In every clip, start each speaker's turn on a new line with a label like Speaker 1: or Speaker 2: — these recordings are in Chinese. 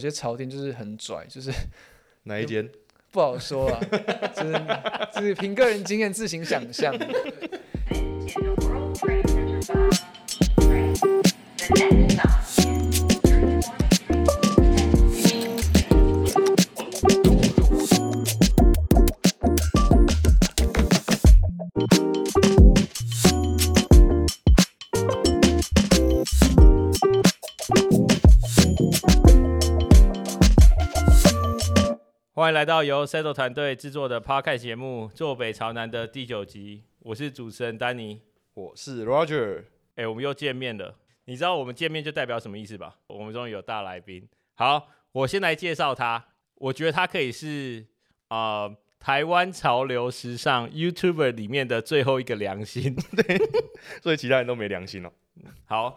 Speaker 1: 有些潮店就是很拽，就是
Speaker 2: 哪一间？
Speaker 1: 不好说啦，就是就是凭个人经验自行想象。
Speaker 3: in a world ready to survive. Ready. The net is on. Turn the corner.
Speaker 4: 欢迎来到由 Settle 团队制作的 Podcast 节目《坐北朝南》的第九集，我是主持人丹尼。
Speaker 2: 我是 Roger。
Speaker 4: 哎，我们又见面了，你知道我们见面就代表什么意思吧？我们终于有大来宾。好，我先来介绍他，我觉得他可以是呃台湾潮流时尚 YouTuber 里面的最后一个良 心。
Speaker 2: 所以其他人都没良心哦。
Speaker 4: 好，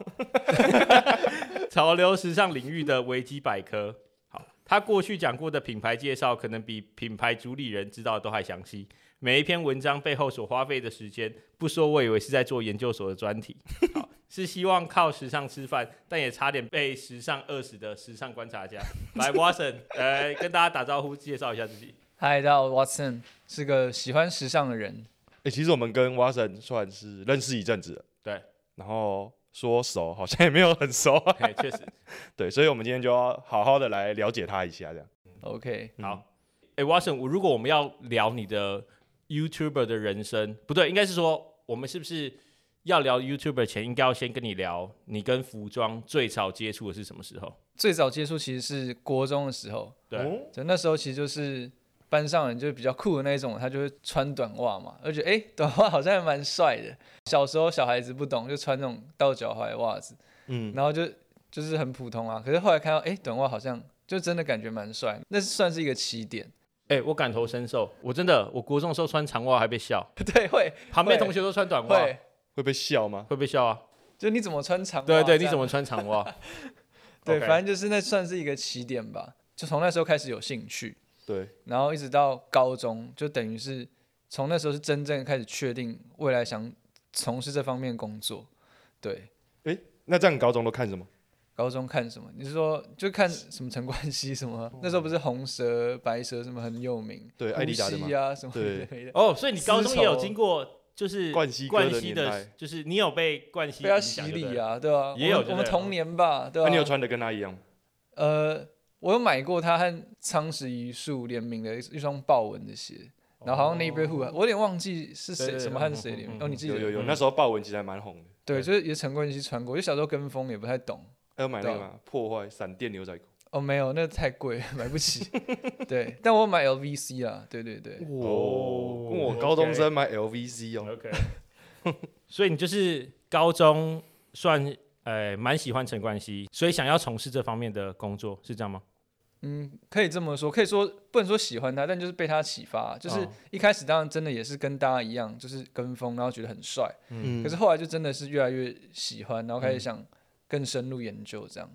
Speaker 4: 潮流时尚领域的维基百科。好，他过去讲过的品牌介绍，可能比品牌主理人知道的都还详细。每一篇文章背后所花费的时间，不说我以为是在做研究所的专题。好，是希望靠时尚吃饭，但也差点被时尚饿死的时尚观察家。来，Watson，呃，跟大家打招呼，介绍一下自己。
Speaker 1: 嗨，大家好我是，Watson 是个喜欢时尚的人，
Speaker 2: 哎、其实我们跟 Watson 算是认识一阵子了，
Speaker 4: 对，
Speaker 2: 然后说熟好像也没有很熟、啊
Speaker 4: 嘿，确实，
Speaker 2: 对，所以我们今天就要好好的来了解他一下，这样。
Speaker 1: OK，
Speaker 4: 好，哎、w a t s o n 我如果我们要聊你的 YouTuber 的人生，不对，应该是说我们是不是要聊 YouTuber 前，应该要先跟你聊你跟服装最早接触的是什么时候？
Speaker 1: 最早接触其实是国中的时候，
Speaker 4: 对，
Speaker 2: 哦
Speaker 1: 就那时候其实就是班上人就是比较酷的那一种，他就会穿短袜嘛，而且哎、诶短袜好像还蛮帅的。小时候小孩子不懂，就穿那种到脚踝的袜子，
Speaker 2: 嗯，
Speaker 1: 然后就就是很普通啊。可是后来看到哎、诶短袜好像就真的感觉蛮帅，那是算是一个起点。
Speaker 4: 哎、我感同身受，我真的，我国中的时候穿长袜还被笑，
Speaker 1: 对，会
Speaker 4: 旁边
Speaker 1: 会
Speaker 4: 同学都穿短袜，
Speaker 1: 会，
Speaker 2: 会被笑吗？
Speaker 4: 会被笑啊。
Speaker 1: 就你怎么穿长袜？
Speaker 4: 对对，
Speaker 1: 这
Speaker 4: 你
Speaker 1: 样
Speaker 4: 怎么穿长袜？
Speaker 1: 对
Speaker 4: OK
Speaker 1: 反正就是那算是一个起点吧。就从那时候开始有兴趣，
Speaker 2: 对，
Speaker 1: 然后一直到高中，就等于是从那时候是真正开始确定未来想从事这方面工作。对，
Speaker 2: 哎、那这样你高中都看什么？
Speaker 1: 高中看什么？你是说就看什么陈冠希什
Speaker 4: 嗯
Speaker 1: 么？那时候不是红蛇、白蛇什么很有名？
Speaker 2: 对艾迪达的
Speaker 1: 呼
Speaker 2: 吗
Speaker 1: 吸啊什么
Speaker 2: 对
Speaker 1: 有的没的。
Speaker 4: 哦，所以你高中也有
Speaker 1: 丝绸
Speaker 4: 经过，就是
Speaker 2: 冠希哥的
Speaker 4: 冠希
Speaker 2: 年
Speaker 4: 的
Speaker 2: 代，
Speaker 4: 就是你有被冠希
Speaker 1: 被他
Speaker 4: 影
Speaker 1: 洗
Speaker 4: 响就对
Speaker 1: 礼
Speaker 4: 了，
Speaker 1: 啊，对吧、
Speaker 4: 也有
Speaker 1: 我
Speaker 4: 就
Speaker 1: 们我
Speaker 4: 对
Speaker 1: 们
Speaker 4: 了啊
Speaker 1: 童年吧，对
Speaker 4: 呃
Speaker 2: 那、
Speaker 1: 吧、
Speaker 2: 啊你有穿的跟他一样吗？
Speaker 1: 呃，我有买过他和仓石一树联名的一一双豹纹的鞋，然后
Speaker 2: 哦
Speaker 1: 好像 Neighborhood，、我有点忘记是
Speaker 4: 对
Speaker 1: 谁
Speaker 4: 对
Speaker 1: 什么
Speaker 4: 嗯
Speaker 1: 和
Speaker 4: 嗯
Speaker 1: 谁
Speaker 4: 嗯
Speaker 1: 联名。
Speaker 4: 嗯
Speaker 1: 哦，
Speaker 4: 嗯
Speaker 1: 你记
Speaker 2: 有
Speaker 1: 得？
Speaker 2: 有有，
Speaker 4: 嗯
Speaker 2: 那时候豹纹其实还蛮红的。
Speaker 1: 对，就是也陈冠希穿过，就小时候跟风也不太懂。
Speaker 2: 哎还有买那个
Speaker 1: 对啊
Speaker 2: 吗？破坏闪电牛仔裤。
Speaker 1: 哦，没有，那太贵了， 买不起。对，但我买 LVC 啦，对对对，
Speaker 2: 哦，跟我高中生买 LVC 哦。
Speaker 4: OK，所以你就是高中算呃蛮喜欢陈冠希，所以想要从事这方面的工作，是这样吗？
Speaker 1: 嗯，可以这么说，可以说不能说喜欢他，但就是被他启发，啊就是
Speaker 4: 哦
Speaker 1: 一开始当然真的也是跟大家一样，就是跟风，然后觉得很帅，
Speaker 2: 嗯
Speaker 1: 可是后来就真的是越来越喜欢，然后开始想更深入研究这样，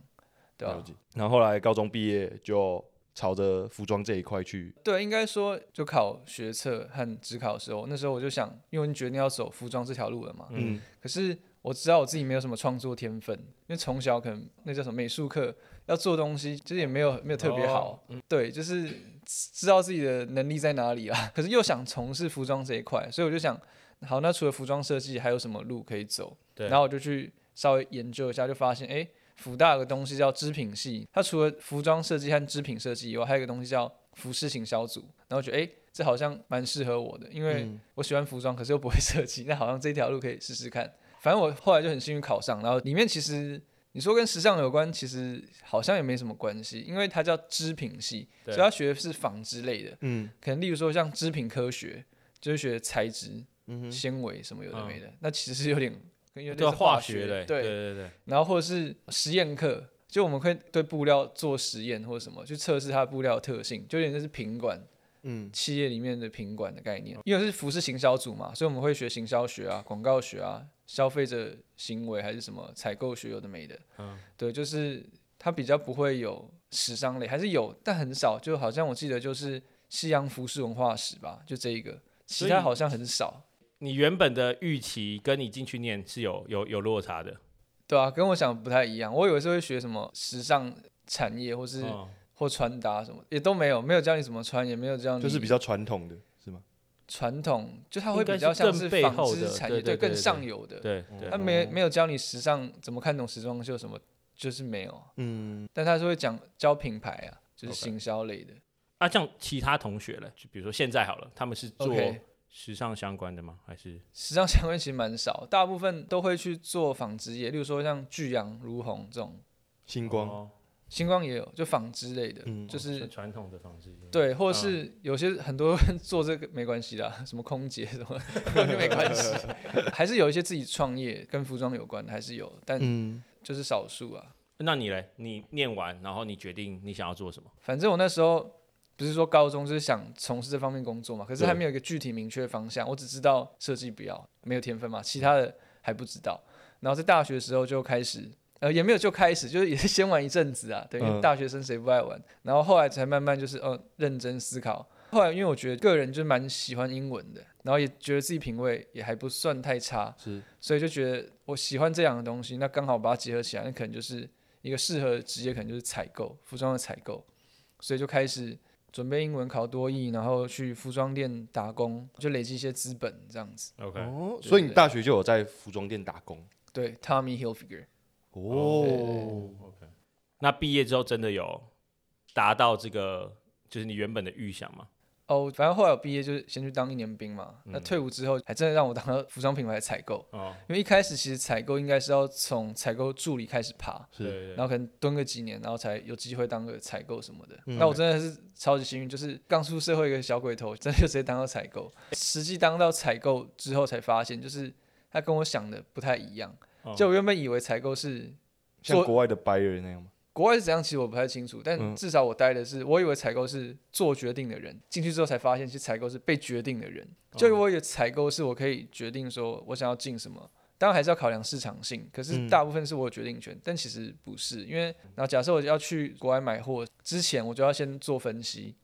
Speaker 1: 对吧、
Speaker 2: 了解。然后后来高中毕业就朝着服装这一块去。
Speaker 1: 对，应该说就考学测和职考的时候，那时候我就想，因为你决定要走服装这条路了嘛。
Speaker 2: 嗯，
Speaker 1: 可是我知道我自己没有什么创作天分，因为从小可能那叫什么美术课要做东西，就是也没有没有特别好。对，就是知道自己的能力在哪里啊， 可是又想从事服装这一块，所以我就想，好，那除了服装设计还有什么路可以走？
Speaker 4: 对
Speaker 1: 然后我就去稍微研究一下，就发现诶，福大有个东西叫织品系，它除了服装设计和织品设计以外，还有一个东西叫服饰行销组。然后觉得诶，这好像蛮适合我的，因为
Speaker 2: 嗯
Speaker 1: 我喜欢服装，可是又不会设计，那好像这条路可以试试看。反正我后来就很幸运考上，然后里面其实你说跟时尚有关，其实好像也没什么关系，因为它叫织品系，
Speaker 4: 对
Speaker 1: 所以它学的是纺织类的，
Speaker 2: 嗯
Speaker 1: 可能例如说像织品科学，就是学材质、
Speaker 2: 嗯哼
Speaker 1: 纤维什么有的没的，那其实是有点跟有
Speaker 4: 对
Speaker 1: 点
Speaker 4: 啊，化
Speaker 1: 学
Speaker 4: 学类，
Speaker 1: 对，
Speaker 4: 对对对，
Speaker 1: 然后或者是实验课，就我们会对布料做实验或者什么，去测试它布料的特性，就有点像是品管
Speaker 2: 嗯，
Speaker 1: 企业里面的品管的概念，因为是服饰行销组嘛，所以我们会学行销学啊、广告学啊、消费者行为还是什么采购学有的没的。
Speaker 4: 嗯，
Speaker 1: 对，就是它比较不会有时尚类，还是有，但很少。就好像我记得就是西洋服饰文化史吧，就这一个，其
Speaker 4: 所以
Speaker 1: 他好像很少。
Speaker 4: 你原本的预期跟你进去念是有有有落差的，
Speaker 1: 对啊，跟我想的不太一样。我以为是会学什么时尚产业，或是、
Speaker 4: 哦
Speaker 1: 或穿搭什么，也都没有，没有教你怎么穿，也没有教你
Speaker 2: 就是比较传统的，是吗？
Speaker 1: 传统，就它会
Speaker 4: 应该
Speaker 1: 比较
Speaker 4: 是
Speaker 1: 像
Speaker 4: 更
Speaker 1: 是
Speaker 4: 背
Speaker 1: 纺
Speaker 4: 后
Speaker 1: 织
Speaker 4: 的
Speaker 1: 产
Speaker 4: 对
Speaker 1: 业，
Speaker 4: 对对
Speaker 1: 更
Speaker 4: 对
Speaker 1: 上游的。
Speaker 4: 对对嗯哦
Speaker 1: 他没没有教你时尚怎么看懂时装秀什么，就是没有。
Speaker 2: 嗯，
Speaker 1: 但他是会讲教品牌啊，就是
Speaker 4: OK
Speaker 1: 行销类的。
Speaker 4: 啊，像其他同学嘞，就比如说现在好了，他们是做
Speaker 1: OK
Speaker 4: 时尚相关的吗？还是
Speaker 1: 时尚相关其实蛮少，大部分都会去做纺织业，例如说像巨阳、如虹这种，
Speaker 2: 星光，
Speaker 4: 哦
Speaker 1: 星光也有，就纺织类的，
Speaker 2: 嗯
Speaker 1: 就
Speaker 4: 传
Speaker 1: 是
Speaker 4: 传统的纺织业？
Speaker 1: 对，或者是有些很多人 做这个没关系啦，什么空姐什么 根本就没关系，还是有一些自己创业跟服装有关的还是有，但
Speaker 2: 嗯，
Speaker 1: 就是少数啊。
Speaker 4: 那你嘞？你念完，然后你决定你想要做什么？
Speaker 1: 反正我那时候不是说高中就是想从事这方面工作嘛，可是
Speaker 2: 对
Speaker 1: 还没有一个具体明确的方向，我只知道设计不要，没有天分嘛，其他的还不知道。然后在大学的时候就开始，呃，也没有就开始，就是也是先玩一阵子啊，对，因
Speaker 2: 嗯
Speaker 1: 为大学生谁不爱玩？然后后来才慢慢就是，呃，认真思考。后来因为我觉得个人就是蛮喜欢英文的，然后也觉得自己品味也还不算太差，
Speaker 2: 是
Speaker 1: 所以就觉得我喜欢这两个东西，那刚好把它结合起来，那可能就是一个适合的职业，可能就是采购，服装的采购，所以就开始准备英文考多译，然后去服装店打工，就累积一些资本这样子。
Speaker 4: OK，、
Speaker 2: 哦，
Speaker 1: 对
Speaker 2: 所以你大学就有在服装店打工
Speaker 1: 对，Tommy Hilfiger，
Speaker 2: 哦，
Speaker 4: 那毕业之后真的有达到这个，就是你原本的预想吗？
Speaker 1: 哦，反正后来我毕业就是先去当一年兵嘛，那退伍之后还真的让我当了服装品牌的采购，
Speaker 4: 哦，
Speaker 1: 因为一开始其实采购应该是要从采购助理开始爬，
Speaker 4: 对
Speaker 2: 是，
Speaker 4: 对
Speaker 1: 然后可能蹲个几年，然后才有机会当个采购什么的。
Speaker 2: 嗯
Speaker 1: 那我真的是超级幸运，就是刚出社会一个小鬼头，真的就直接当到采 购。实际当到采购之后，才发现就是他跟我想的不太一样。
Speaker 4: 哦
Speaker 1: 就我原本以为采购是
Speaker 2: 像
Speaker 1: 做
Speaker 2: 国外的 buyer 那样吗？
Speaker 1: 国外是怎样，其实我不太清楚，但
Speaker 2: 嗯
Speaker 1: 至少我待的是，我以为采购是做决定的人，进去之后才发现，其实采购是被决定的人。
Speaker 2: 哦
Speaker 1: 就我以为采购是我可以决定说我想要进什么，当然还是要考量市场性，可
Speaker 2: 嗯
Speaker 1: 是大部分是我有决定权，但其实不是，因为然后假设我要去国外买货之前，我就要先做分析，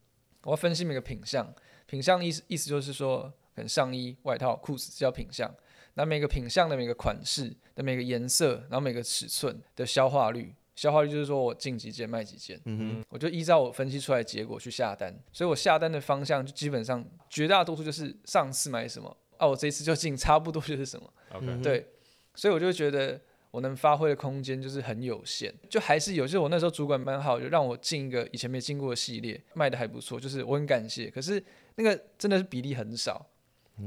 Speaker 1: 我要分析每个品相，品相意思意思就是说，可能上衣、外套、裤子这叫品相。那每个品相的每个款式的每个颜色，然后每个尺寸的消化率，消化率就是说我进几件卖几件，
Speaker 2: 嗯
Speaker 1: 我就依照我分析出来的结果去下单，所以我下单的方向就基本上绝大多数就是上次买什么，啊，我这一次就进差不多就是什么，
Speaker 4: OK，、
Speaker 2: 嗯
Speaker 1: 对，所以我就觉得我能发挥的空间就是很有限，就还是有，就是我那时候主管蛮好，就让我进一个以前没进过的系列，卖的还不错，就是我很感谢，可是那个真的是比例很少，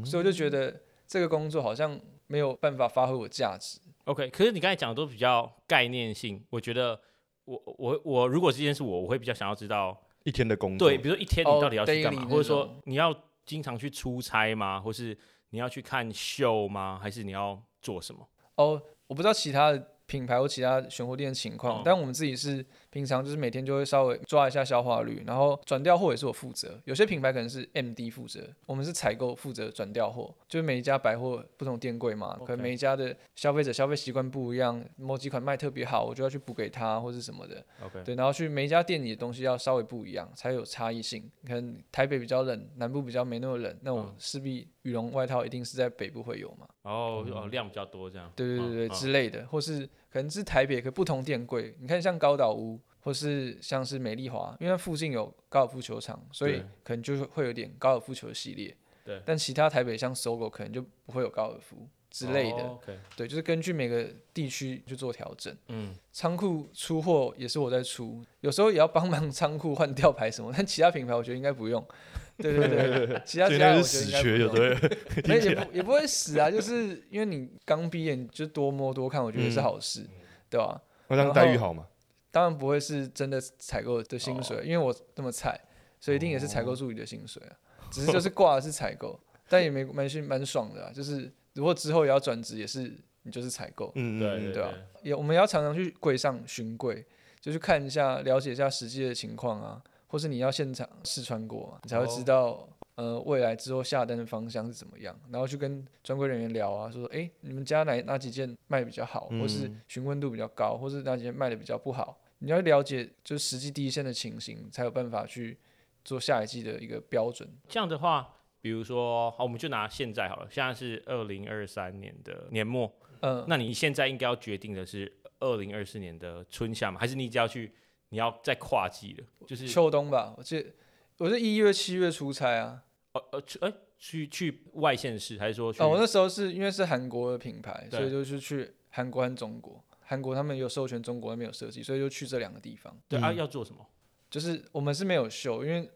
Speaker 1: 所以我就觉得这个工作好像没有办法发挥我价值，
Speaker 4: OK，可是你刚才讲的都比较概念性，我觉得我我我如果这件事我我会比较想要知道，
Speaker 2: 一天的工作，
Speaker 4: 对，比如说一天你
Speaker 1: 哦
Speaker 4: 到底要去干嘛
Speaker 1: daily
Speaker 4: 或者
Speaker 1: 那
Speaker 4: 说
Speaker 1: 种
Speaker 4: 你要经常去出差吗？或是你要去看秀吗？还是你要做什么？
Speaker 1: 哦，我不知道其他的品牌或其他选货店的情况，
Speaker 4: 哦
Speaker 1: 但我们自己是平常就是每天就会稍微抓一下消化率，然后转调货也是我负责。有些品牌可能是 MD 负责，我们是采购负责转调货，就是每一家百货不同店柜嘛，可
Speaker 4: OK
Speaker 1: 能每一家的消费者消费习惯不一样，某几款卖特别好，我就要去补给他或是什么的。
Speaker 4: OK
Speaker 1: 对，然后去每一家店里的东西要稍微不一样，才有差异性。可能台北比较冷，南部比较没那么冷，那我
Speaker 4: 嗯
Speaker 1: 势必羽绒外套一定是在北部会有嘛。
Speaker 4: 然后、哦、量比较多这样。
Speaker 1: 嗯对对
Speaker 4: 嗯
Speaker 1: 对对、
Speaker 4: 嗯
Speaker 1: 之类的，或是可能是台北，可不同店柜，你看像高岛屋，或是像是美丽华，因为它附近有高尔夫球场，所以
Speaker 4: 对
Speaker 1: 可能就是会有点高尔夫球系列。
Speaker 4: 对
Speaker 1: 但其他台北像搜狗可能就不会有高尔夫之类的，
Speaker 4: 哦 OK，
Speaker 1: 对，就是根据每个地区去做调整。
Speaker 4: 嗯，
Speaker 1: 仓库出货也是我在出，有时候也要帮忙仓库换吊牌什么， 但其他品牌我觉得应该 不用。对对对，其他
Speaker 2: 所以
Speaker 1: 其
Speaker 2: 那
Speaker 1: 他我觉
Speaker 2: 是
Speaker 1: 得
Speaker 2: 死
Speaker 1: 应该不
Speaker 2: 缺，就
Speaker 1: 用
Speaker 2: 对了，
Speaker 1: 那也不也不会死啊，就是因为你刚毕业，你就多摸多看，我觉得是好
Speaker 2: 嗯
Speaker 1: 事，对吧、
Speaker 2: 那这样待遇好吗？
Speaker 1: 当然不会是真的采购的薪
Speaker 2: 哦
Speaker 1: 水，因为我那么菜，所以一定也是采购助理的薪水啊。
Speaker 2: 哦
Speaker 1: 只是就是挂的是采购，但也没蛮是蛮爽的啊。就是如果之后也要转职，也是你就是采购，
Speaker 2: 嗯，
Speaker 4: 对对
Speaker 1: 对啊吧、也我们要常常去柜上巡柜，就去看一下，了解一下实际的情况啊，或是你要现场试穿过嘛，你才会知道、呃未来之后下单的方向是怎么样，然后去跟专柜人员聊啊，说诶，你们家哪哪几件卖比较好，或是
Speaker 2: 嗯
Speaker 1: 询问度比较高，或是哪几件卖的比较不好，你要了解就实际第一线的情形，才有办法去做下一季的一个标准。
Speaker 4: 这样的话，比如说，好，我们就拿现在好了，现在是二零二三年的年末，
Speaker 1: 嗯、
Speaker 4: 那你现在应该要决定的是二零二四年的春夏吗？还是你只要去，你要再跨季了，就是
Speaker 1: 秋冬吧，我记得我是一月七月出差啊，
Speaker 4: 呃呃去哎、去去外县市，还是说去？
Speaker 1: 哦，我那时候是因为是韩国的品牌，
Speaker 4: 对
Speaker 1: 所以就是去韩国和中国。韩国他们有授权中国那边有设计，所以就去这两个地方。
Speaker 4: 对啊，要做什么？
Speaker 1: 就是我们是没有秀，因为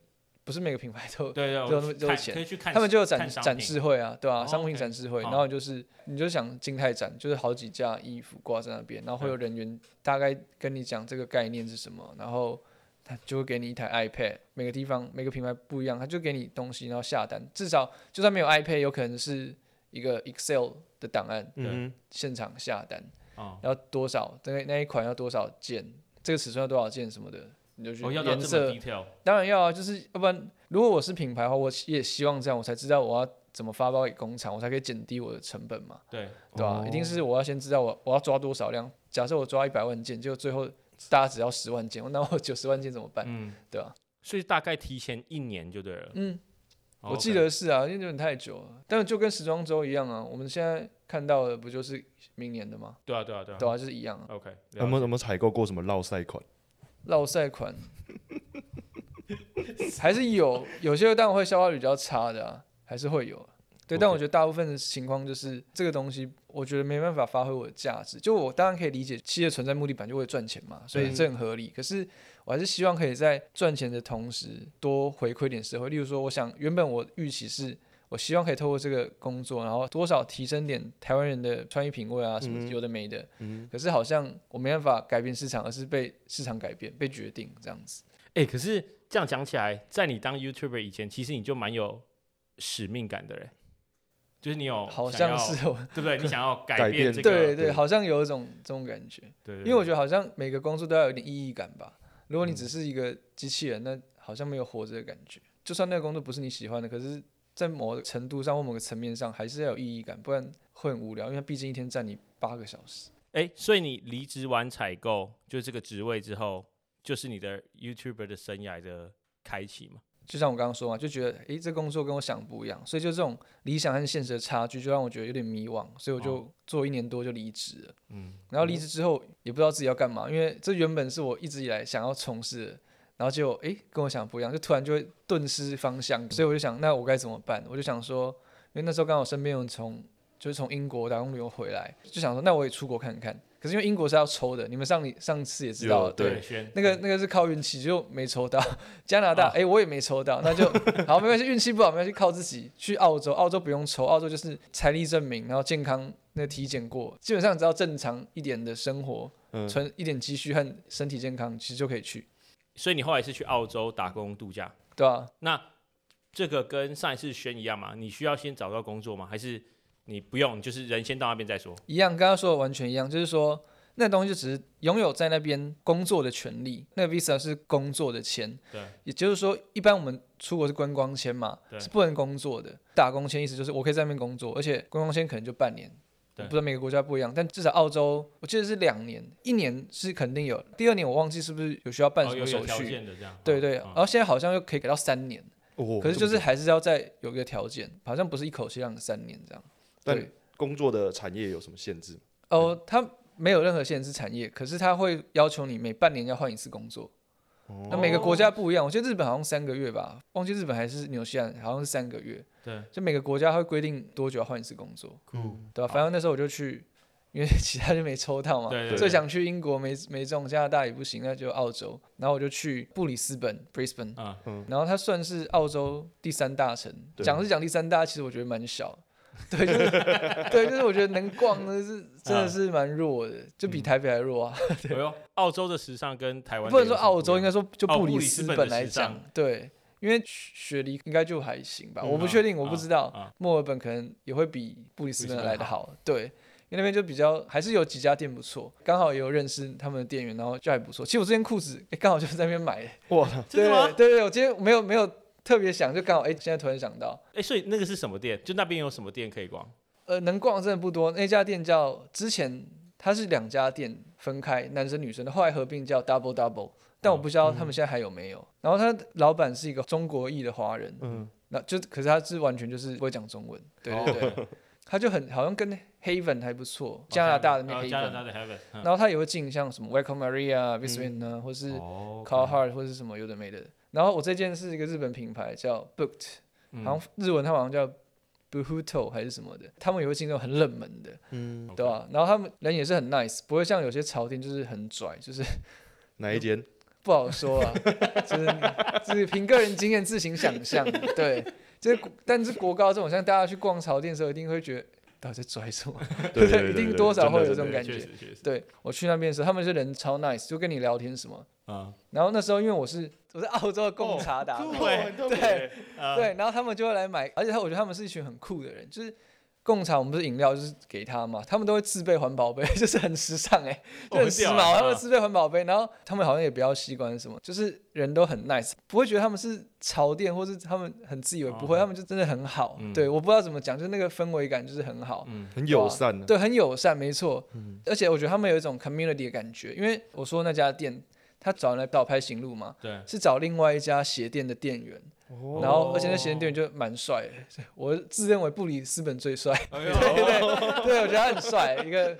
Speaker 1: 不是每个品牌都有，
Speaker 4: 对对，
Speaker 1: 只有那
Speaker 4: 我
Speaker 1: 么
Speaker 4: 去
Speaker 1: 多
Speaker 4: 看
Speaker 1: 钱
Speaker 4: 可以去看，
Speaker 1: 他们就有
Speaker 4: 看
Speaker 1: 展
Speaker 4: 商
Speaker 1: 展
Speaker 4: 品
Speaker 1: 示会啊，对啊，
Speaker 4: 哦
Speaker 1: 商品
Speaker 4: OK，
Speaker 1: 展示会。
Speaker 4: 好
Speaker 1: 然后就是你就想静态展，就是好几架衣服挂在那边，然后会有人员大概跟你讲这个概念是什么，然后他就会给你一台 iPad，每个地方每个品牌不一样，他就给你东西，然后下单。至少就算没有 iPad，有可能是一个 Excel 的档案，
Speaker 2: 嗯
Speaker 1: 现场下单。
Speaker 4: 哦，
Speaker 1: 要多少，那那一款要多少件，这个尺寸要多少件什么的，你就去
Speaker 4: 哦我要到
Speaker 1: 颜
Speaker 4: 这么
Speaker 1: 色，
Speaker 4: detail，
Speaker 1: 当然要啊，就是要不然，如果我是品牌的话，我也希望这样，我才知道我要怎么发包给工厂，我才可以减低我的成本嘛，
Speaker 4: 对，
Speaker 1: 对吧、一定是我要先知道我我要抓多少量，假设我抓一百万件，就最后大家只要十万件，那我九十万件怎么办？
Speaker 4: 嗯，
Speaker 1: 哎对啊吧、
Speaker 4: 所以大概提前一年就对了。
Speaker 1: 嗯，
Speaker 4: 哦
Speaker 1: 我记
Speaker 4: OK
Speaker 1: 得是啊，因为有点太久了，但就跟时装周一样啊，我们现在看到的不就是明年的吗？
Speaker 4: 对啊，对啊，对啊，
Speaker 1: 对啊，就是一样啊。
Speaker 4: OK，
Speaker 2: 有没有有没有采购过什么绕赛款？
Speaker 1: 绕赛款，还是有有些当然会消化率比较差的啊，还是会有啊。对
Speaker 2: OK
Speaker 1: 但我觉得大部分的情况就是这个东西，我觉得没办法发挥我的价值。就我当然可以理解企业存在目的，本来就为了赚钱嘛，所以这很合理。可是我还是希望可以在赚钱的同时多回馈点社会。例如说，我想原本我预期是我希望可以透过这个工作，然后多少提升点台湾人的穿衣品味啊，什么有的没的。可是好像我没办法改变市场，而是被市场改变、被决定这样子。
Speaker 4: 哎、可是这样讲起来，在你当 YouTuber 以前，其实你就蛮有使命感的嘞，就是你有
Speaker 1: 好
Speaker 4: 哦想
Speaker 1: 像
Speaker 4: 要
Speaker 1: 是我，
Speaker 4: 对 不对？你想要改
Speaker 2: 改
Speaker 4: 变
Speaker 2: 变
Speaker 4: 这个，
Speaker 1: 对
Speaker 2: 对
Speaker 1: 对，好像有一种这种感觉，
Speaker 4: 对，
Speaker 1: 因为我觉
Speaker 4: 得
Speaker 1: 得好像每个工作都要有点意义感吧。如果你只是一个机器人，那好像没有活着的感觉。就算那个工作不是你喜欢的，可是，在某个程度上或某个层面上，还是要有意义感，不然会很无聊。因为它毕竟一天占你八个小时。
Speaker 4: 哎、所以你离职完采购就这个职位之后，就是你的 YouTuber 的生涯的开启嘛？
Speaker 1: 就像我刚刚说嘛，就觉得诶，这工作跟我想不一样，所以就这种理想和现实的差距，就让我觉得有点迷惘，所以我就做一年多就离职了。
Speaker 4: 哦嗯，
Speaker 1: 然后离职之后也不知道自己要干嘛，因为这原本是我一直以来想要从事的，然后结果诶跟我想的不一样，就突然就会顿失方向，所以我就想，那我该怎么办？我就想说，因为那时候刚好身边有人从就是从英国打工旅游回来，就想说那我也出国看看。可是因为英国是要抽的，你们上上次也知道了，
Speaker 2: 有对
Speaker 4: 轩
Speaker 1: 那个那个是靠运气，就没抽到。加拿大，哎、我也没抽到，那就好，没关系，运气不好没关系，靠自己。去澳洲，澳洲不用抽，澳洲就是财力证明，然后健康那个体检过，基本上只要正常一点的生活，
Speaker 2: 嗯
Speaker 1: 存一点积蓄和身体健康，其实就可以去，
Speaker 4: 所以你后来是去澳洲打工度假，
Speaker 1: 对吧、
Speaker 4: 那这个跟上一次轩一样嘛？你需要先找到工作吗？还是你不用，你就是人先到那边再说？
Speaker 1: 一样，刚刚说的完全一样，就是说那东西就只是拥有在那边工作的权利，那个 visa 是工作的签，
Speaker 4: 对，
Speaker 1: 也就是说，一般我们出国是观光签嘛，
Speaker 4: 对
Speaker 1: 是不能工作的。打工签意思就是我可以在那边工作，而且观光签可能就半年。
Speaker 4: 对
Speaker 1: 不知道每个国家不一样，但至少澳洲我记得是两年，一年是肯定有，第二年我忘记是不是有需要办
Speaker 4: 哦
Speaker 1: 什
Speaker 4: 有
Speaker 1: 么手
Speaker 4: 有条
Speaker 1: 续。
Speaker 4: 件的这样，
Speaker 1: 对对，
Speaker 4: 嗯
Speaker 1: 然后现在好像又可以给到三年，
Speaker 2: 哦
Speaker 1: 可是
Speaker 2: 这
Speaker 1: 就
Speaker 2: 么
Speaker 1: 是
Speaker 2: 久
Speaker 1: 还是要再有一个条件，好像不是一口气让你三年这样。
Speaker 2: 但
Speaker 1: 对，
Speaker 2: 工作的产业有什么限制吗？
Speaker 1: 哦，它没有任何限制产业，可是它会要求你每半年要换一次工作。那每个国家不一样，我记得日本好像三个月吧，忘记日本还是纽西兰，好像是三个月。
Speaker 4: 对，
Speaker 1: 就每个国家会规定多久要换一次工作，
Speaker 4: 哦
Speaker 1: 对吧、反正那时候我就去，因为其他就没抽到嘛，
Speaker 4: 对对
Speaker 1: 所
Speaker 4: 对
Speaker 1: 以想去英国没没中，加拿大也不行，那就澳洲。然后我就去布里斯本 （Brisbane），
Speaker 4: 嗯
Speaker 1: 然后它算是澳洲第三大城，
Speaker 2: 对
Speaker 1: 讲是讲第三大，其实我觉得蛮小。 对，就是对，就是我觉得能逛的是真的是蛮弱的，就比台北还弱啊。
Speaker 4: 哎呦，澳洲的时尚跟台湾
Speaker 1: 不能说澳洲，应该
Speaker 4: 是
Speaker 1: 说就
Speaker 4: 哦
Speaker 1: 布
Speaker 4: 布
Speaker 1: 里
Speaker 4: 里斯
Speaker 1: 斯
Speaker 4: 本
Speaker 1: 本
Speaker 4: 的
Speaker 1: 来
Speaker 4: 时
Speaker 1: 讲
Speaker 4: 尚，
Speaker 1: 对，因为雪梨应该就还行吧，
Speaker 4: 嗯
Speaker 1: 我不
Speaker 4: 啊
Speaker 1: 确定，我
Speaker 4: 啊
Speaker 1: 不知道
Speaker 4: 啊。
Speaker 1: 墨尔本可能也会比布里斯
Speaker 4: 布
Speaker 1: 本
Speaker 4: 里斯本
Speaker 1: 来的好，对，因为那边就比较还是有几家店不错，刚好也有认识他们的店员，然后就还不错。其实我这件裤子诶刚好就是在那边买的，
Speaker 2: 哇，
Speaker 4: 真
Speaker 1: 对
Speaker 4: 的吗？
Speaker 1: 对对，我今天没有没有特别想，就刚好哎，现在突然想到，
Speaker 4: 哎，所以那个是什么店？就那边有什么店可以逛？
Speaker 1: 呃，能逛的真的不多。那家店叫之前它是两家店分开，男生女生的，后来合并叫 Double Double，但我不知道他们现在还有没有。然后他老板是一个中国裔的华人，
Speaker 2: 嗯，
Speaker 1: 那就可是他是完全就是不会讲中文，对对对。他就很好像跟 Haven 还不错， 加拿大的那
Speaker 4: 哦
Speaker 1: 个
Speaker 4: 加拿
Speaker 1: Haven，
Speaker 4: 大的 Heaven，嗯
Speaker 1: 然后他也会进像什么 Welcome Maria、v i s w i n 啊，或是
Speaker 4: 哦
Speaker 1: Call Hard 或是什么有的没的。然后我这件是一个日本品牌叫 Booked，好
Speaker 4: 嗯
Speaker 1: 像日文它好像叫 Buhuto 还是什么的，他们也会进那种很冷门的，
Speaker 2: 嗯，
Speaker 1: 对吧、然后他们人也是很 nice，不会像有些潮店就是很拽，就是
Speaker 2: 哪 一间？
Speaker 1: 不好说 啊，就是就是凭个人经验自行想象， 对，就是但是国高这种，像大家去逛潮店的时候，一定会觉得到底在拽什么，
Speaker 2: 对对对
Speaker 1: 一
Speaker 2: 对
Speaker 1: 定
Speaker 2: 对
Speaker 1: 多少
Speaker 2: 真的
Speaker 1: 会有这
Speaker 2: 真
Speaker 1: 种
Speaker 2: 的
Speaker 1: 感
Speaker 4: 确
Speaker 1: 觉。
Speaker 4: 实确实，
Speaker 1: 对我去那边的时候，他们是人超 nice，就跟你聊天什么。
Speaker 4: 嗯，
Speaker 1: 然后那时候因为我是我是澳洲的贡茶
Speaker 5: 啊
Speaker 1: 达人，
Speaker 4: 哦对
Speaker 1: 对，
Speaker 4: 呃，
Speaker 1: 对，然后他们就会来买，而且他我觉得他们是一群很酷的人，就是贡茶我们不是饮料就是给他嘛，他们都会自备环保杯， 就是很时尚哎、就
Speaker 4: 哦
Speaker 1: 很时
Speaker 4: 屌
Speaker 1: 髦，
Speaker 4: 啊
Speaker 1: 他们自备环保杯，然后他们好像也不要吸管什么，就是人都很 nice，不会觉得他们是潮店或是他们很自以为不会，
Speaker 4: 哦
Speaker 1: 他们就真的很好，
Speaker 4: 嗯
Speaker 1: 对，我不知道怎么讲，就是那个氛围感就是很好，
Speaker 4: 嗯，
Speaker 2: 很
Speaker 1: 对吧
Speaker 2: 友善啊的。
Speaker 1: 对，很友善，没错。而且我觉得他们有一种 community 的感觉，因为我说那家店，他找人来倒拍行路嘛，
Speaker 4: 对，
Speaker 1: 是找另外一家鞋店的店员，
Speaker 2: 哦
Speaker 1: 然后而且那鞋店店员就蛮帅的， 我自认为布里斯本最 帅，
Speaker 5: 哎
Speaker 4: 对
Speaker 1: 对对对，我觉得他很帅，一个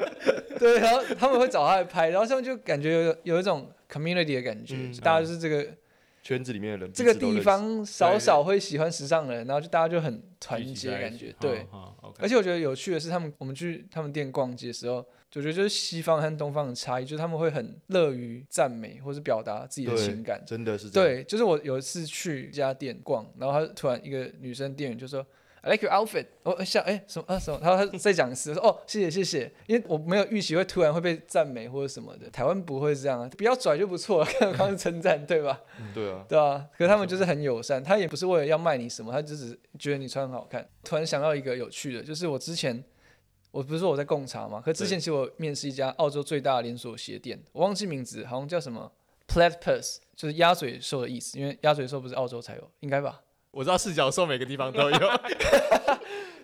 Speaker 1: 对，然后他们会找他来拍，然后他们就感觉有有一种 community 的感觉，
Speaker 2: 嗯
Speaker 1: 就大家就是这个
Speaker 2: 圈子里面的人，
Speaker 1: 这个
Speaker 2: 彼此都
Speaker 1: 地
Speaker 2: 认识，
Speaker 1: 方少
Speaker 4: 对
Speaker 1: 少会喜欢时尚的人，然后就大家就很团
Speaker 4: 聚集
Speaker 1: 结
Speaker 4: 在
Speaker 1: 的
Speaker 4: 一
Speaker 1: 感
Speaker 4: 起
Speaker 1: 觉，对。，
Speaker 4: 好好，OK
Speaker 1: 而且我觉得有趣的是，他们我们去他们店逛街的时候，我觉得就是西方和东方的差异，就是他们会很乐于赞美或是表达自己的
Speaker 2: 对
Speaker 1: 情感。
Speaker 2: 真的是这样。
Speaker 1: 对，就是我有一次去一家店逛，然后他突然一个女生店员就说。I like your outfit。我想，哎、什么啊什么？然后他再讲一次，我说哦，谢谢谢谢，因为我没有预期会突然会被赞美或者什么的。台湾不会这样啊，不要拽就不错了，刚刚是称赞对吧？
Speaker 2: 对啊，
Speaker 1: 对啊，可是他们就是很友善，他也不是为了要卖你什么，他就只是觉得你穿很好看。突然想到一个有趣的，就是我之前我不是说我在贡茶嘛，可之前其实我面试一家澳洲最大的连锁鞋店，我忘记名字，好像叫什么 Platypus，就是鸭嘴兽的意思，因为鸭嘴兽不是澳洲才有，应该吧？
Speaker 5: 我知道四角兽每个地方都有，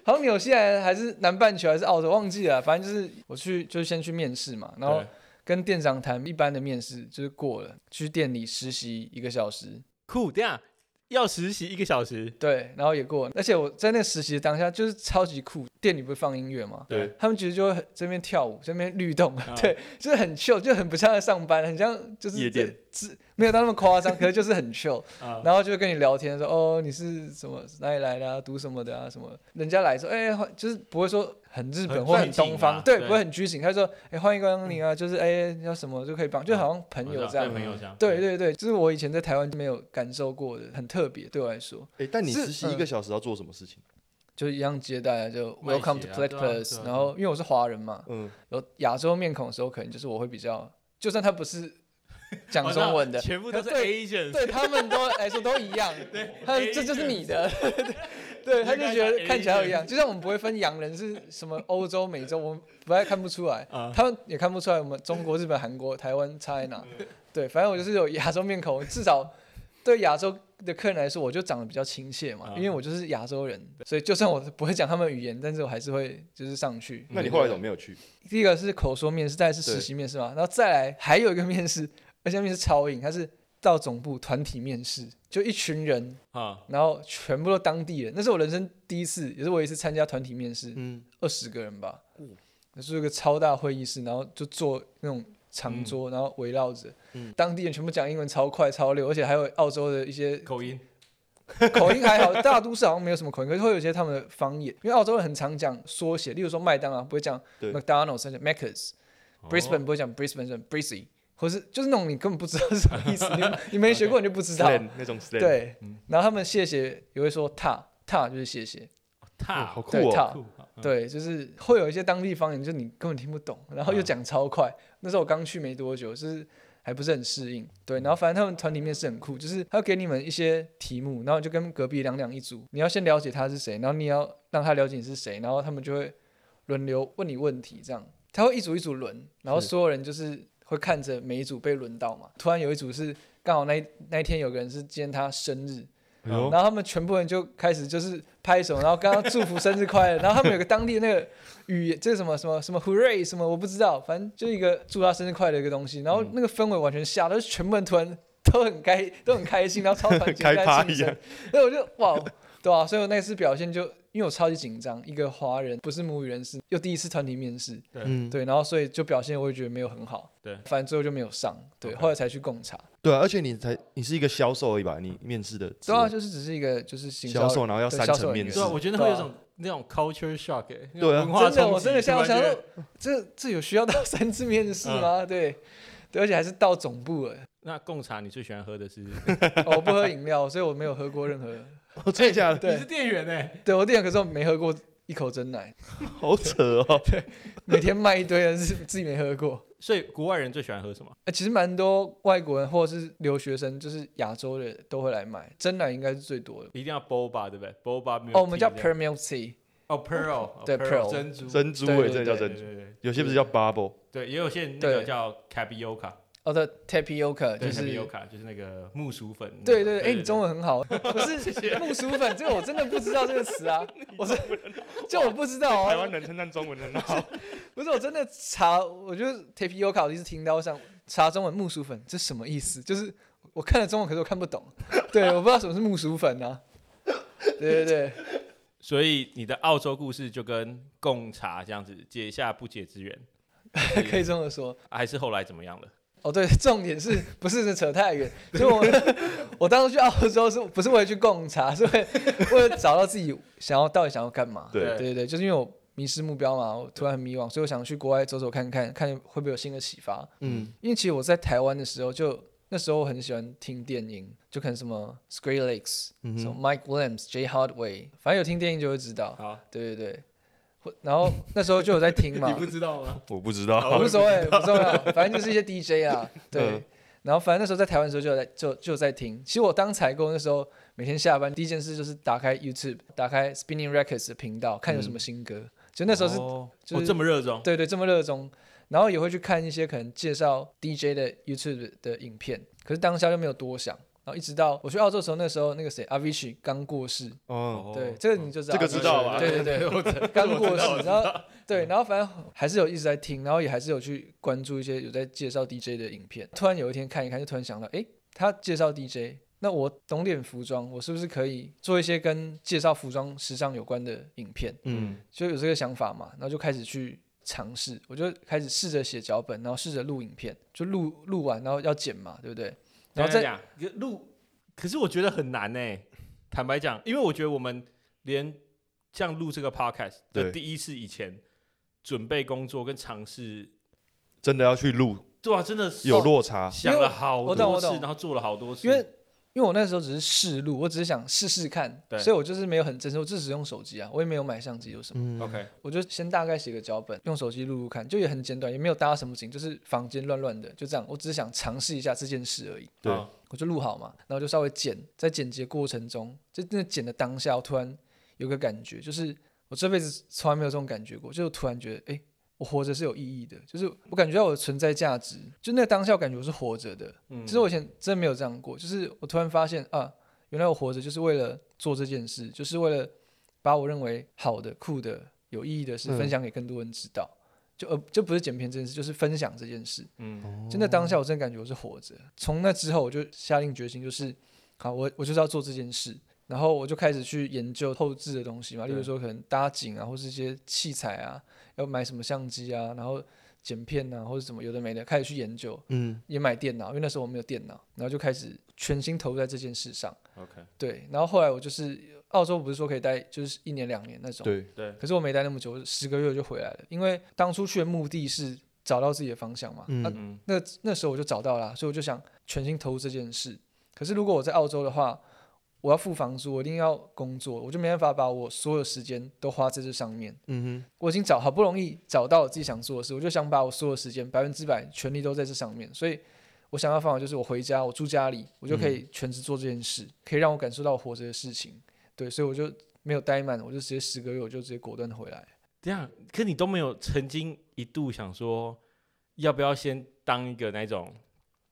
Speaker 1: 好像纽西兰还是南半球还是澳洲，忘记了，反正就是我去就是先去面试嘛，然后
Speaker 4: 对
Speaker 1: 跟店长谈一般的面试，就是过了，去店里实习一个小时，
Speaker 4: 酷，等一下要实习一个小时，
Speaker 1: 对，然后也过，而且我在那实习的当下就是超级酷，店里不是放音乐吗？
Speaker 2: 对，
Speaker 1: 他们其实就会很这边跳舞，这边律动，对，就是很 chill，就很不像在上班，很像就是
Speaker 2: 夜店
Speaker 1: 这，是没有到那么夸张，可是就是很 chill，
Speaker 4: 啊
Speaker 1: 然后就会跟你聊天说哦你是什么哪里来的啊，读什么的啊什么，人家来说哎、欢就是不会说很日本
Speaker 4: 很
Speaker 1: 或很
Speaker 4: 拘谨
Speaker 1: 东方，
Speaker 4: 啊
Speaker 1: 对，
Speaker 4: 对
Speaker 1: 不会很拘谨，他就说哎、欢迎光临啊，就是哎、要什么就可以帮，就好像朋
Speaker 4: 我
Speaker 1: 友
Speaker 4: 知
Speaker 1: 这
Speaker 4: 道
Speaker 1: 样
Speaker 4: 啊对。朋友这样，
Speaker 1: 对对对，就是我以前在台湾没有感受过的，很特别，对我来说。
Speaker 2: 哎，但你
Speaker 1: 是嗯
Speaker 2: 实习一个小时要做什么事情？
Speaker 1: 就一样接待啊，就
Speaker 4: 卖
Speaker 1: Welcome
Speaker 4: 血
Speaker 1: to
Speaker 4: 啊
Speaker 1: Platypus，、
Speaker 4: 对啊对啊
Speaker 1: 然后因为我是华人嘛，
Speaker 2: 嗯，
Speaker 1: 有亚洲面孔的时候，可能就是我会比较，就算他不是讲
Speaker 4: 我知道
Speaker 1: 中文的，
Speaker 5: 全部都是
Speaker 1: 对
Speaker 5: Asian，
Speaker 1: 对他们都来说都一样，对，他这就是你的， 对，他就觉
Speaker 4: 看起来
Speaker 1: 得看起来
Speaker 4: Asian
Speaker 1: 一样，就像我们不会分洋人是什么欧洲、美洲，我们不太看不出来，
Speaker 4: 啊
Speaker 1: 他们也看不出来我们中国、日本、韩国、台湾差在哪，对，反正我就是有亚洲面孔，至少对亚洲的客人来说，我就长得比较亲切嘛，
Speaker 4: 啊
Speaker 1: 因为我就是亚洲人，所以就算我不会讲他们语言，但是我还是会就是上去。
Speaker 2: 那你后来怎么没有去？
Speaker 1: 第一个是口说面试，再来是实习面试嘛，然后再来还有一个面试，而且面试超硬，它是到总部团体面试，就一群人，
Speaker 4: 啊，
Speaker 1: 然后全部都当地人，那是我人生第一次，也是我一次参加团体面试，
Speaker 2: 嗯，
Speaker 1: 二十个人吧，那是一个超大会议室，然后就坐那种长桌，然后围绕着，当地人全部讲英文超快超溜，而且还有澳洲的一些
Speaker 4: 口音，
Speaker 1: 口音还好，大都市好像没有什么口音，可是会有一些他们的方言，因为澳洲人很常讲缩写，例如说麦当劳不会讲
Speaker 2: 对哦
Speaker 1: McDonald's，他讲 Macca's，Brisbane 不会讲 Brisbane，讲 Brisbane，或是就是那种你根本不知道是什么 意思，你你没学过你就不知道。
Speaker 2: slang 那种 slang，，
Speaker 1: 对，然后他们谢谢也会说踏踏就是谢谢，
Speaker 2: 哦
Speaker 4: 踏
Speaker 2: 好酷
Speaker 1: 对
Speaker 2: 哦，
Speaker 1: 踏
Speaker 4: 酷，嗯
Speaker 1: 对，就是会有一些当地方言，就你根本听不懂，然后又讲超快。那时候我刚去没多久，就是还不是很适应。对，然后反正他们团体面试很酷，就是他会给你们一些题目，然后就跟隔壁两两一组，你要先了解他是谁，然后你要让他了解你是谁，然后他们就会轮流问你问题，这样他会一组一组轮，然后所有人就是会看着每一组被轮到嘛。突然有一组是刚好那一那一天有个人是今天他生日，
Speaker 2: 哎呦
Speaker 1: 然后他们全部人就开始就是拍手，然后刚刚祝福生日快乐，然后他们有个当地那个语言，这是什么什么什么 hooray 什么我不知道，反正就一个祝他生日快乐的一个东西，然后那个氛围完全吓到，就是全部人突然都很开都很开心，然后超团结
Speaker 2: 开
Speaker 1: 在
Speaker 2: 趴
Speaker 1: 庆
Speaker 2: 一样
Speaker 1: 生，所以我就哇，对啊，所以我那次表现就因为我超级紧张，一个华人不是母语人士，又第一次团体面试，
Speaker 2: 嗯，
Speaker 1: 对，然后所以就表现我也觉得没有很好，
Speaker 4: 对
Speaker 1: 反正最后就没有上，对
Speaker 4: OK
Speaker 1: 后来才去贡茶，
Speaker 2: 对啊，而且你才你是一个销售而已吧？你面试的职
Speaker 1: 对啊，
Speaker 2: 位
Speaker 1: 就是只是一个就是行
Speaker 2: 销售，
Speaker 1: 人
Speaker 2: 然后要
Speaker 1: 对
Speaker 2: 三
Speaker 1: 销售
Speaker 2: 层
Speaker 1: 人
Speaker 2: 面
Speaker 1: 员
Speaker 2: 试
Speaker 5: 对啊，，我觉得会
Speaker 1: 对啊
Speaker 5: 有一种那种 culture shock，欸那种
Speaker 2: 对啊
Speaker 5: 文化
Speaker 1: 真的
Speaker 5: 冲
Speaker 1: 我
Speaker 5: 击
Speaker 1: 真的
Speaker 5: 突
Speaker 1: 想
Speaker 5: 然
Speaker 1: 想
Speaker 5: 觉
Speaker 1: 说
Speaker 5: 得，
Speaker 1: 这这有需要到三次面试吗？对。对，而且还是到总部了。
Speaker 4: 那贡茶你最喜欢喝的是？
Speaker 1: 哦我不喝饮料，所以我没有喝过任何。
Speaker 2: 我 真的假的？
Speaker 5: 你
Speaker 1: 对
Speaker 5: 是，店员哎，
Speaker 1: 对我店欸可是我没喝过一口真奶，
Speaker 2: 好扯 哦！
Speaker 1: 每天卖一堆，但是自己没喝过。
Speaker 4: 所以国外人最喜欢喝什么？
Speaker 1: 欸、其实蛮多外国人或者是留学生，就是亚洲的都会来买，真奶应该是最多的。
Speaker 4: 一定要 boba 对不对？boba milk
Speaker 1: 哦，我们叫
Speaker 4: tea 这样
Speaker 1: per milk tea，
Speaker 5: 哦 pearl，
Speaker 1: 对 pearl
Speaker 5: 珍珠，
Speaker 2: 珍珠
Speaker 1: 对
Speaker 2: 哎，
Speaker 1: 对
Speaker 2: 真的叫
Speaker 1: 对嗯
Speaker 4: 对
Speaker 2: 珍珠，
Speaker 4: 对对
Speaker 2: 有些不是叫 bubble，
Speaker 4: 对，也有些那个
Speaker 1: 对
Speaker 4: 叫 tapioca，
Speaker 1: 哦的 tapioca
Speaker 4: 对
Speaker 1: 就是。
Speaker 4: tapioca 就是那个木薯粉那个。
Speaker 1: 对对对，哎、你中文很 好，不是木薯粉，这个我真的不知道这个词啊，我是 就我不知道
Speaker 2: 台
Speaker 1: 啊
Speaker 2: 湾，人称赞中文很好，
Speaker 1: 不是我真的查，我就是 tapioca 我一直听到像查中文木薯粉这什么意思，就是我看了中文可是我看不懂， 对，我不知道什么是木薯粉啊，对对 对，
Speaker 4: 所以你的澳洲故事就跟贡茶这样子结下不解之缘，
Speaker 1: 可以这么说。
Speaker 4: 啊还是后来怎么样了？
Speaker 1: 哦，对，重点是不是扯太远？所以 我我当初去澳洲是不是为了去贡茶，是为为了找到自己想要到底想要干嘛？
Speaker 2: 对
Speaker 1: 对对对，就是因为我迷失目标嘛，我突然很迷惘，所以我想去国外走走看看，看会不会有新的启发。
Speaker 2: 嗯，
Speaker 1: 因为其实我在台湾的时候就。那时候我很喜欢听电音，就可能什么 Skrillex、
Speaker 2: 嗯哼
Speaker 1: 什么 Mike Williams、J Hardway，反正有听电音就会知道。
Speaker 4: 好，
Speaker 1: 对对对，或然后那时候就有在听 嘛。
Speaker 5: 你不知道吗？
Speaker 2: 我不知道，
Speaker 1: 我 无所谓，不重要，反正就是一些 DJ 啊，对
Speaker 2: 嗯。
Speaker 1: 然后反正那时候在台湾的时候就有在就就有在听。其实我当采购那时候，每天下班第一件事就是打开 YouTube，打开 Spinning Records 的频道，看有什
Speaker 2: 嗯
Speaker 1: 么新歌。就那时候是、
Speaker 4: 哦
Speaker 1: 就是
Speaker 4: 哦这么热衷，
Speaker 1: 对对这么热衷，然后也会去看一些可能介绍 DJ 的 YouTube 的影片，可是当下就没有多想。然后一直到我去澳洲的时候，那时候那个谁 Avicii 刚过世，
Speaker 2: 嗯，
Speaker 4: 哦
Speaker 1: 对，这个你就知道，
Speaker 2: 这个知道吧
Speaker 1: 对对 对，
Speaker 5: 我知
Speaker 1: 刚过
Speaker 5: 我知道我
Speaker 1: 世，
Speaker 5: 知
Speaker 1: 然后对，然后反正还是有一直在听，然后也还是有去关注一些有在介绍 DJ 的影片。突然有一天看一看，就突然想到，诶，他介绍 DJ，那我懂点服装，我是不是可以做一些跟介绍服装时尚有关的影片？
Speaker 2: 嗯，
Speaker 1: 就有这个想法嘛，然后就开始去尝试，我就开始试着写脚本，然后试着录影片，就录录完，然后要剪嘛，对不对？然后再
Speaker 4: 讲录，可是我觉得很难呢、坦白讲，因为我觉得我们连像录这个 podcast 的
Speaker 2: 对
Speaker 4: 第一次以前准备工作跟尝试，
Speaker 2: 真的要去录，
Speaker 4: 对啊，真的是
Speaker 2: 有落差，
Speaker 4: 想了好
Speaker 1: 我懂
Speaker 4: 多
Speaker 1: 我
Speaker 4: 次，
Speaker 1: 懂
Speaker 4: 然后做了好多次，
Speaker 1: 因为因为我那时候只是试录，我只是想试试看
Speaker 4: 对，
Speaker 1: 所以我就是没有很真实，我只使用手机啊，我也没有买相机有什么，
Speaker 2: 嗯
Speaker 4: OK
Speaker 1: 我就先大概写个脚本，用手机录录看，就也很简短，也没有搭什么景，就是房间乱乱的，就这样，我只是想尝试一下这件事而已，
Speaker 2: 对
Speaker 4: 啊
Speaker 1: 我就录好嘛，然后就稍微剪，在剪辑的过程中，就真的剪的当下，我突然有个感觉，就是我这辈子从来没有这种感觉过，就是突然觉得，哎、我活着是有意义的，就是我感觉到我的存在价值，就那个当下我感觉我是活着的，
Speaker 4: 嗯
Speaker 1: 其实我以前真的没有这样过，就是我突然发现啊，原来我活着就是为了做这件事，就是为了把我认为好的、酷的、有意义的事
Speaker 2: 嗯
Speaker 1: 分享给更多人知道，就呃就不是剪片这件事，就是分享这件事。
Speaker 4: 嗯
Speaker 1: 就那当下我真的感觉我是活着。从那之后我就下定决心，就是好，我我就是要做这件事。然后我就开始去研究后置的东西嘛，例如
Speaker 4: 对
Speaker 1: 说可能搭景啊，或是一些器材啊，要买什么相机啊，然后剪片啊，或者什么有的没的，开始去研究。
Speaker 2: 嗯，
Speaker 1: 也买电脑，因为那时候我没有电脑，然后就开始全心投入在这件事上。
Speaker 4: OK
Speaker 1: 对，然后后来我就是澳洲不是说可以待就是一年两年那种，
Speaker 2: 对，
Speaker 4: 对
Speaker 1: 可是我没待那么久，我十个月我就回来了，因为当初去的目的是找到自己的方向嘛。
Speaker 2: 嗯
Speaker 1: 那
Speaker 4: 嗯
Speaker 1: 那那时候我就找到了啊，所以我就想全心投入这件事。可是如果我在澳洲的话，我要付房租，我一定要工作，我就没办法把我所有时间都花在这上面。
Speaker 2: 嗯哼，
Speaker 1: 我已经找好不容易找到我自己想做的事，我就想把我所有时间百分之百全力都在这上面，所以我想要方法就是我回家，我住家里，我就可以全职做这件事，可以让我感受到我活着的事情。对，所以我就没有怠慢，我就直接十个月我就直接果断地回来。
Speaker 4: 这样，可你都没有曾经一度想说要不要先当一个那种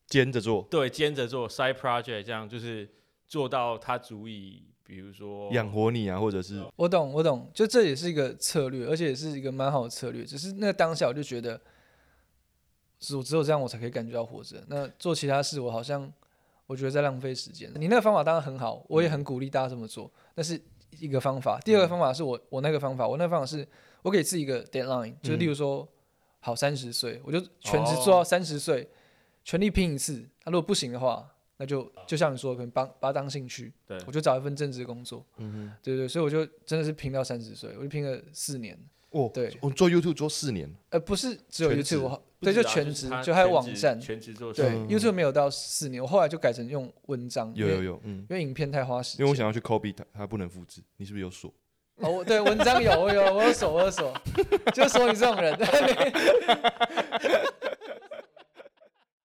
Speaker 2: 兼着做，
Speaker 4: 对兼着做 side project 这样，就是做到它足以，比如说
Speaker 2: 养活你啊，或者是
Speaker 1: 我懂，我懂，就这也是一个策略，而且也是一个蛮好的策略。只是那当下我就觉得，只只有这样我才可以感觉到活着。那做其他事，我好像我觉得在浪费时间。你那个方法当然很好，我也很鼓励大家这么做，但是一个方法。第二个方法是我我那个方法，我那个方法是我给自己一个 deadline，就是例如说，好三十岁，我就全职做到三十岁，全力拼一次。那、如果不行的话，那就就像你说的，可能帮把它当兴趣，
Speaker 4: 对
Speaker 1: 我就找一份正职工作。
Speaker 2: 嗯
Speaker 1: 对对，所以我就真的是拼到三十岁，我就拼了四年。
Speaker 2: 哼，哦，
Speaker 1: 对
Speaker 2: 我做 YouTube 做四年，
Speaker 1: 呃，不是只有
Speaker 2: 全职
Speaker 1: YouTube，我
Speaker 4: 不
Speaker 1: 对，
Speaker 4: 止
Speaker 1: 就
Speaker 4: 啊
Speaker 1: 全
Speaker 4: 是
Speaker 1: 职
Speaker 4: 他，
Speaker 1: 就还有
Speaker 4: 全
Speaker 1: 网
Speaker 4: 职
Speaker 1: 站。
Speaker 4: 全职做事
Speaker 1: 对
Speaker 2: 嗯
Speaker 1: ，YouTube 没有到四年，我后来就改成用文章，
Speaker 2: 有
Speaker 1: 因为
Speaker 2: 有有，嗯，
Speaker 1: 因为影片太花时
Speaker 2: 因
Speaker 1: 间。
Speaker 2: 为我想要去 copy 它，它不能复制，你是不是有锁？
Speaker 1: 哦，我对文章有我有我有手我有手，就说你这种人，